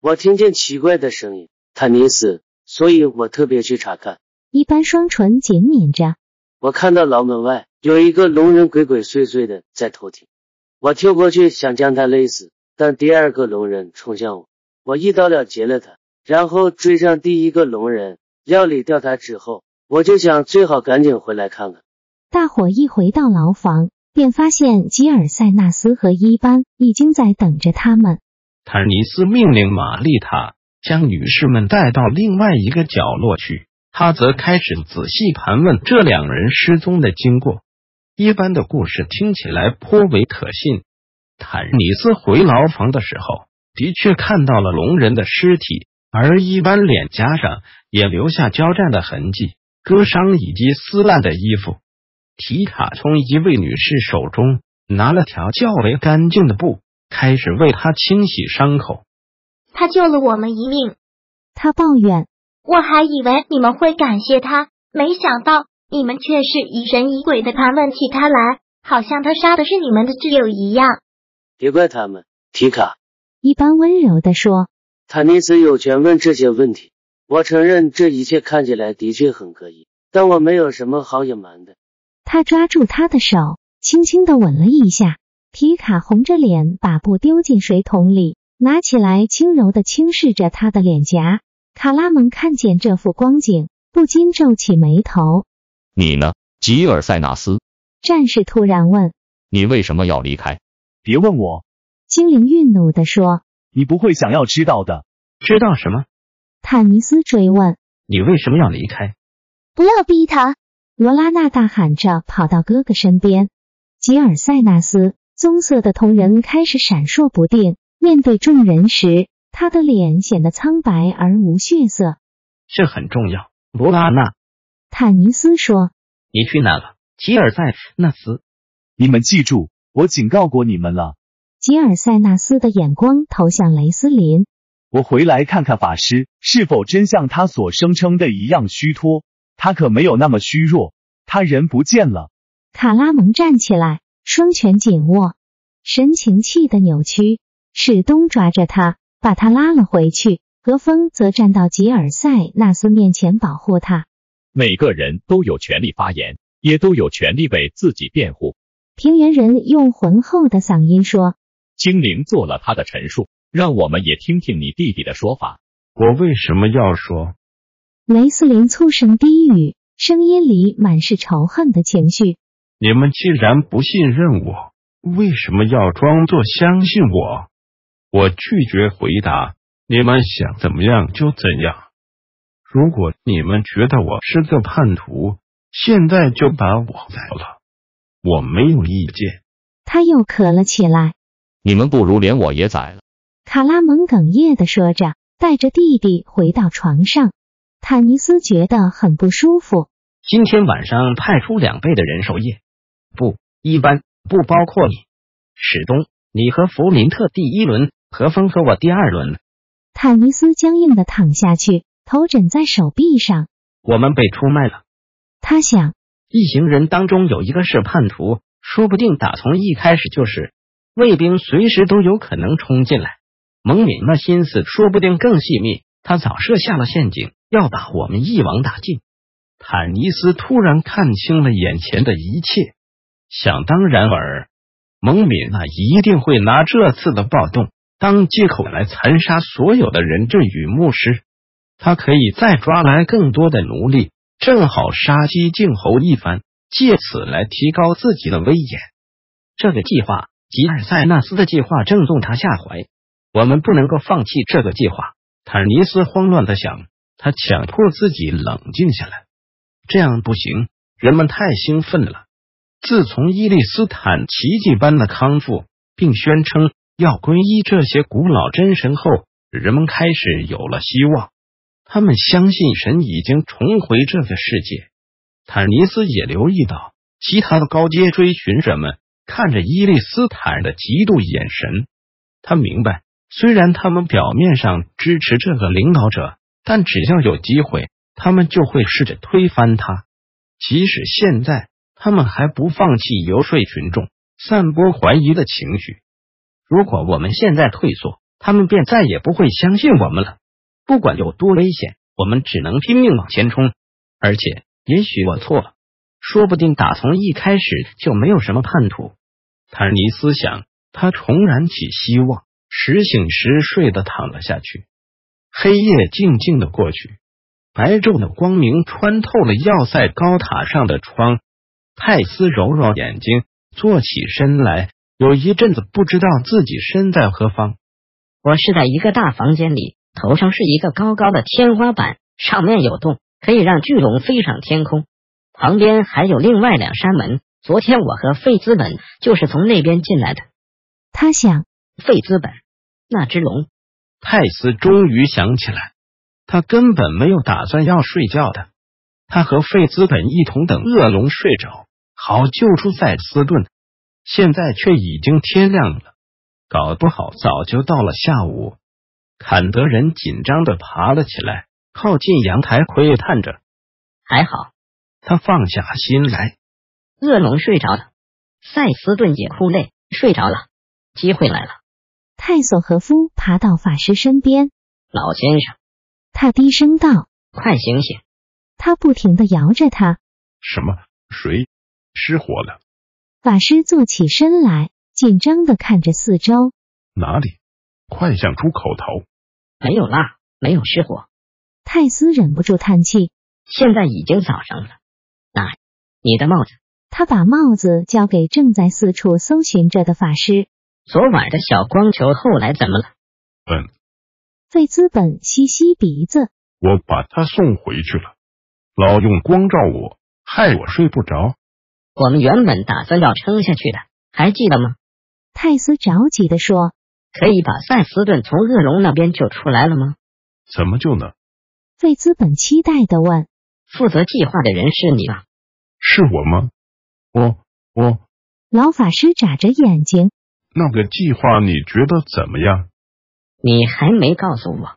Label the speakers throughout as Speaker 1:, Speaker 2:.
Speaker 1: 我听见奇怪的声音，他没死，所以我特别去查看。
Speaker 2: 一般双唇紧抿着，
Speaker 1: 我看到牢门外有一个聋人鬼鬼祟祟的在偷听，我跳过去想将他勒死，但第二个聋人冲向我，我一刀了结了他，然后追上第一个聋人，料理掉他之后，我就想最好赶紧回来看看。
Speaker 2: 大伙一回到牢房，便发现吉尔塞纳斯和伊班已经在等着他们。
Speaker 3: 坦尼斯命令玛丽塔将女士们带到另外一个角落去，他则开始仔细盘问这两人失踪的经过。一般的故事听起来颇为可信。坦尼斯回牢房的时候，的确看到了龙人的尸体，而一般脸颊上也留下交战的痕迹、割伤以及撕烂的衣服。提卡从一位女士手中拿了条较为干净的布。开始为他清洗伤口。
Speaker 4: 他救了我们一命，
Speaker 2: 他抱怨
Speaker 4: 我还以为你们会感谢他，没想到你们却是疑神疑鬼的盘问起他来，好像他杀的是你们的挚友一样。
Speaker 1: 别怪他们，提卡。
Speaker 2: 一般温柔的说，
Speaker 1: 坦尼斯有权问这些问题。我承认这一切看起来的确很可疑，但我没有什么好隐瞒的。
Speaker 2: 他抓住他的手，轻轻的吻了一下。提卡红着脸把布丢进水桶里，拿起来轻柔的轻视着他的脸颊。卡拉蒙看见这幅光景，不禁皱起眉头。
Speaker 5: 你呢，吉尔塞纳斯？
Speaker 2: 战士突然问。
Speaker 5: 你为什么要离开？
Speaker 6: 别问我，
Speaker 2: 精灵愠怒地说。
Speaker 6: 你不会想要知道的。
Speaker 3: 知道什么？
Speaker 2: 坦尼斯追问。
Speaker 3: 你为什么要离开？
Speaker 4: 不要逼他！
Speaker 2: 罗拉娜大喊着跑到哥哥身边。吉尔塞纳斯。棕色的瞳仁开始闪烁不定，面对众人时，他的脸显得苍白而无血色。
Speaker 3: 这很重要，罗拉娜。
Speaker 2: 坦尼斯说：“
Speaker 3: 你去哪了，吉尔塞纳斯？
Speaker 6: 你们记住，我警告过你们了。”
Speaker 2: 吉尔塞纳斯的眼光投向雷斯林。
Speaker 6: 我回来看看法师是否真像他所声称的一样虚脱。他可没有那么虚弱，他人不见了。
Speaker 2: 卡拉蒙站起来。双拳紧握，神情气得扭曲。史东抓着他，把他拉了回去。格风则站到吉尔塞纳斯面前保护他。
Speaker 5: 每个人都有权利发言，也都有权利为自己辩护。
Speaker 2: 平原人用浑厚的嗓音说：“
Speaker 5: 精灵做了他的陈述，让我们也听听你弟弟的说法。”
Speaker 3: 我为什么要说？
Speaker 2: 雷斯林粗声低语，声音里满是仇恨的情绪。
Speaker 3: 你们既然不信任我，为什么要装作相信我？我拒绝回答。你们想怎么样就怎样。如果你们觉得我是个叛徒，现在就把我宰了，我没有意见。
Speaker 2: 他又咳了起来。
Speaker 5: 你们不如连我也宰了。
Speaker 2: 卡拉蒙哽咽的说着，带着弟弟回到床上。坦尼斯觉得很不舒服。
Speaker 7: 今天晚上派出两倍的人守夜。不，一般不包括你，史东，你和弗林特第一轮，何峰和我第二轮。
Speaker 2: 坦尼斯僵硬的躺下去，头枕在手臂上。
Speaker 7: 我们被出卖了，
Speaker 2: 他想。
Speaker 7: 一行人当中有一个是叛徒，说不定打从一开始就是。卫兵随时都有可能冲进来，蒙敏那心思说不定更细密，他早设下了陷阱，要把我们一网打尽。
Speaker 3: 坦尼斯突然看清了眼前的一切。想当然尔，蒙敏娜一定会拿这次的暴动当借口来残杀所有的人质与牧师。他可以再抓来更多的奴隶，正好杀鸡儆猴一番，借此来提高自己的威严。
Speaker 7: 这个计划，吉尔塞纳斯的计划正中他下怀。我们不能够放弃这个计划。
Speaker 3: 坦尼斯慌乱的想，他强迫自己冷静下来。这样不行，人们太兴奋了。自从伊利斯坦奇迹般的康复，并宣称要皈依这些古老真神后，人们开始有了希望。他们相信神已经重回这个世界。坦尼斯也留意到，其他的高阶追寻者们看着伊利斯坦的嫉妒眼神。他明白，虽然他们表面上支持这个领导者，但只要有机会，他们就会试着推翻他。即使现在，他们还不放弃游说群众，散播怀疑的情绪。如果我们现在退缩，他们便再也不会相信我们了。不管有多危险，我们只能拼命往前冲。而且，也许我错了，说不定打从一开始就没有什么叛徒。坦尼斯想，他重燃起希望，时醒时睡的躺了下去。黑夜静静的过去，白昼的光明穿透了要塞高塔上的窗。泰斯揉揉眼睛，坐起身来，有一阵子不知道自己身在何方。
Speaker 8: 我是在一个大房间里。头上是一个高高的天花板，上面有洞，可以让巨龙飞上天空。旁边还有另外两扇门。昨天我和费兹本就是从那边进来的。
Speaker 2: 他想，
Speaker 8: 费兹本，那只龙。
Speaker 3: 泰斯终于想起来，他根本没有打算要睡觉的。他和费兹本一同等恶龙睡着，好救出塞斯顿。现在却已经天亮了，搞不好早就到了下午。坎德人紧张的爬了起来，靠近阳台窥探着。
Speaker 8: 还好，
Speaker 3: 他放下心来。
Speaker 8: 恶龙睡着了，塞斯顿也哭累，睡着了。机会来了。
Speaker 2: 泰索和夫爬到法师身边，
Speaker 8: 老先生，
Speaker 2: 他低声道：“
Speaker 8: 快醒醒！”
Speaker 2: 他不停的摇着他。
Speaker 5: 什么？谁失火了？
Speaker 2: 法师坐起身来，紧张的看着四周。
Speaker 5: 哪里？快向出口逃！
Speaker 8: 没有啦，没有失火。
Speaker 2: 泰斯忍不住叹气。
Speaker 8: 现在已经早上了。那，你的帽子。
Speaker 2: 他把帽子交给正在四处搜寻着的法师。
Speaker 8: 昨晚的小光球后来怎么了？
Speaker 5: 嗯。
Speaker 2: 费兹本吸吸鼻子。
Speaker 5: 我把他送回去了。老用光照我，害我睡不着。
Speaker 8: 我们原本打算要撑下去的，还记得吗？
Speaker 2: 泰斯着急的说。
Speaker 8: 可以把塞斯顿从恶龙那边救出来了吗？
Speaker 5: 怎么救呢？
Speaker 2: 费兹本期待的问。
Speaker 8: 负责计划的人是你啊吧？
Speaker 5: 是我吗？我我。
Speaker 2: 老法师眨着眼睛。
Speaker 5: 那个计划你觉得怎么样？
Speaker 8: 你还没告诉我。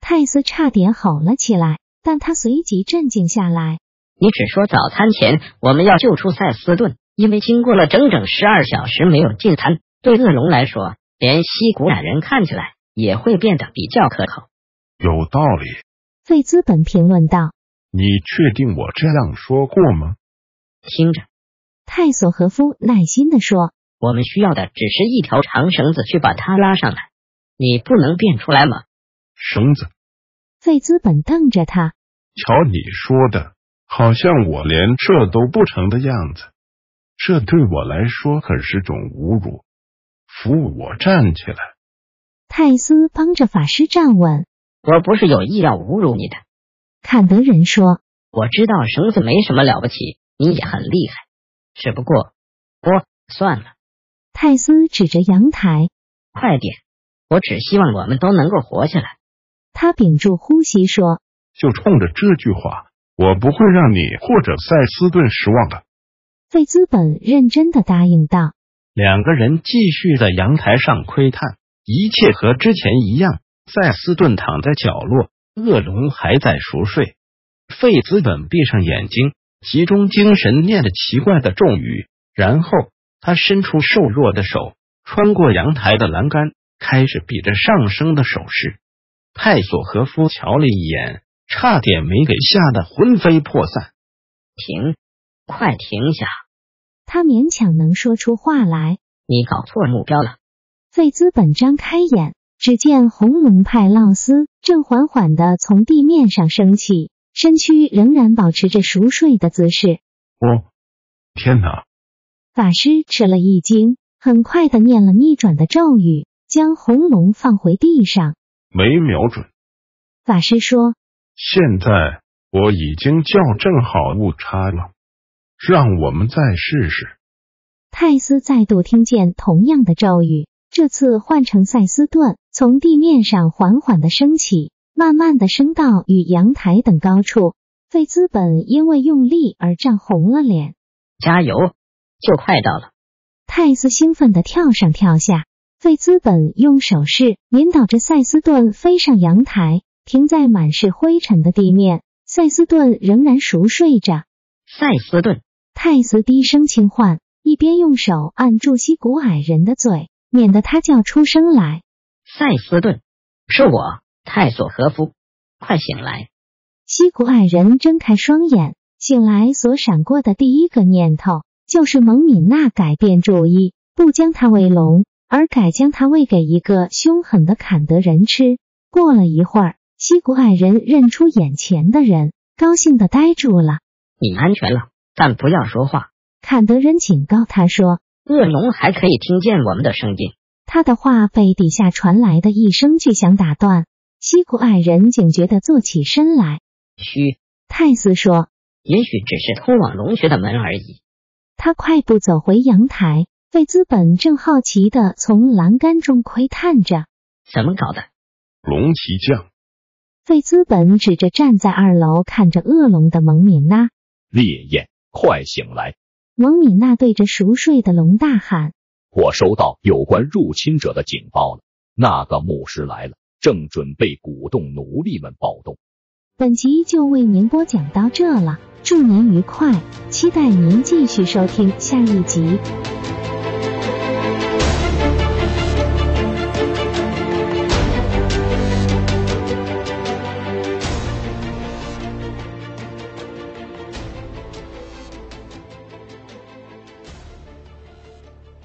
Speaker 2: 泰斯差点吼了起来，但他随即镇静下来。
Speaker 8: 你只说早餐前我们要救出塞斯顿，因为经过了整整十二小时没有进餐，对恶龙来说。连西古懒人看起来也会变得比较可口。
Speaker 5: 有道理，
Speaker 2: 费兹本评论道。
Speaker 5: 你确定我这样说过吗？
Speaker 8: 听着，
Speaker 2: 泰索和夫耐心的说：“
Speaker 8: 我们需要的只是一条长绳子去把它拉上来。你不能变出来吗？”
Speaker 5: 绳子。
Speaker 2: 费兹本瞪着他。
Speaker 5: 瞧你说的，好像我连这都不成的样子。这对我来说可是种侮辱。扶我站起来，
Speaker 2: 泰斯帮着法师站稳。
Speaker 8: 我不是有意要侮辱你的，
Speaker 2: 坎德人说。
Speaker 8: 我知道绳子没什么了不起，你也很厉害，只不过……我算了。
Speaker 2: 泰斯指着阳台，
Speaker 8: 快点！我只希望我们都能够活下来。
Speaker 2: 他屏住呼吸说：“
Speaker 5: 就冲着这句话，我不会让你或者塞斯顿失望啊的。”
Speaker 2: 费兹本认真的答应道。
Speaker 3: 两个人继续在阳台上窥探，一切和之前一样。塞斯顿躺在角落，恶龙还在熟睡。费兹本闭上眼睛，集中精神念着奇怪的咒语，然后他伸出瘦弱的手，穿过阳台的栏杆，开始比着上升的手势。泰索和夫瞧了一眼，差点没给吓得魂飞魄散。
Speaker 8: 停！快停下！
Speaker 2: 他勉强能说出话来。
Speaker 8: 你搞错目标了。
Speaker 2: 费兹本张开眼，只见红龙派劳斯正缓缓的从地面上升起，身躯仍然保持着熟睡的姿势。
Speaker 5: 哦，天哪！
Speaker 2: 法师吃了一惊，很快的念了逆转的咒语，将红龙放回地上。
Speaker 5: 没瞄准。
Speaker 2: 法师说：“
Speaker 5: 现在我已经校正好误差了。”让我们再试试。
Speaker 2: 泰斯再度听见同样的咒语，这次换成塞斯顿从地面上缓缓的升起，慢慢的升到与阳台等高处。费兹本因为用力而涨红了脸。
Speaker 8: 加油，就快到了！
Speaker 2: 泰斯兴奋的跳上跳下。费兹本用手势引导着塞斯顿飞上阳台，停在满是灰尘的地面。塞斯顿仍然熟睡着。
Speaker 8: 塞斯顿，
Speaker 2: 泰斯低声轻唤，一边用手按住西古矮人的嘴。免得他叫出声来。
Speaker 8: 塞斯顿，是我，泰索和夫，快醒来！
Speaker 2: 西古矮人睁开双眼，醒来所闪过的第一个念头就是蒙米娜改变主意，不将他喂龙，而改将他喂给一个凶狠的坎德人吃。过了一会儿，西古矮人认出眼前的人，高兴的呆住了。
Speaker 8: 你安全了，但不要说话。
Speaker 2: 坎德人警告他说。
Speaker 8: 恶龙还可以听见我们的声音。
Speaker 2: 他的话被底下传来的一声巨响打断。西古矮人警觉的坐起身来。
Speaker 8: 嘘，
Speaker 2: 泰斯说：“
Speaker 8: 也许只是通往龙穴的门而已。”
Speaker 2: 他快步走回阳台。费兹本正好奇的从栏杆中窥探着。
Speaker 8: 怎么搞的？
Speaker 5: 龙骑将。
Speaker 2: 费兹本指着站在二楼看着恶龙的蒙敏娜。
Speaker 9: 烈焰，快醒来！
Speaker 2: 蒙米娜对着熟睡的龙大喊：“
Speaker 9: 我收到有关入侵者的警报了，那个牧师来了，正准备鼓动奴隶们暴动。”
Speaker 2: 本集就为您播讲到这了，祝您愉快，期待您继续收听下一集。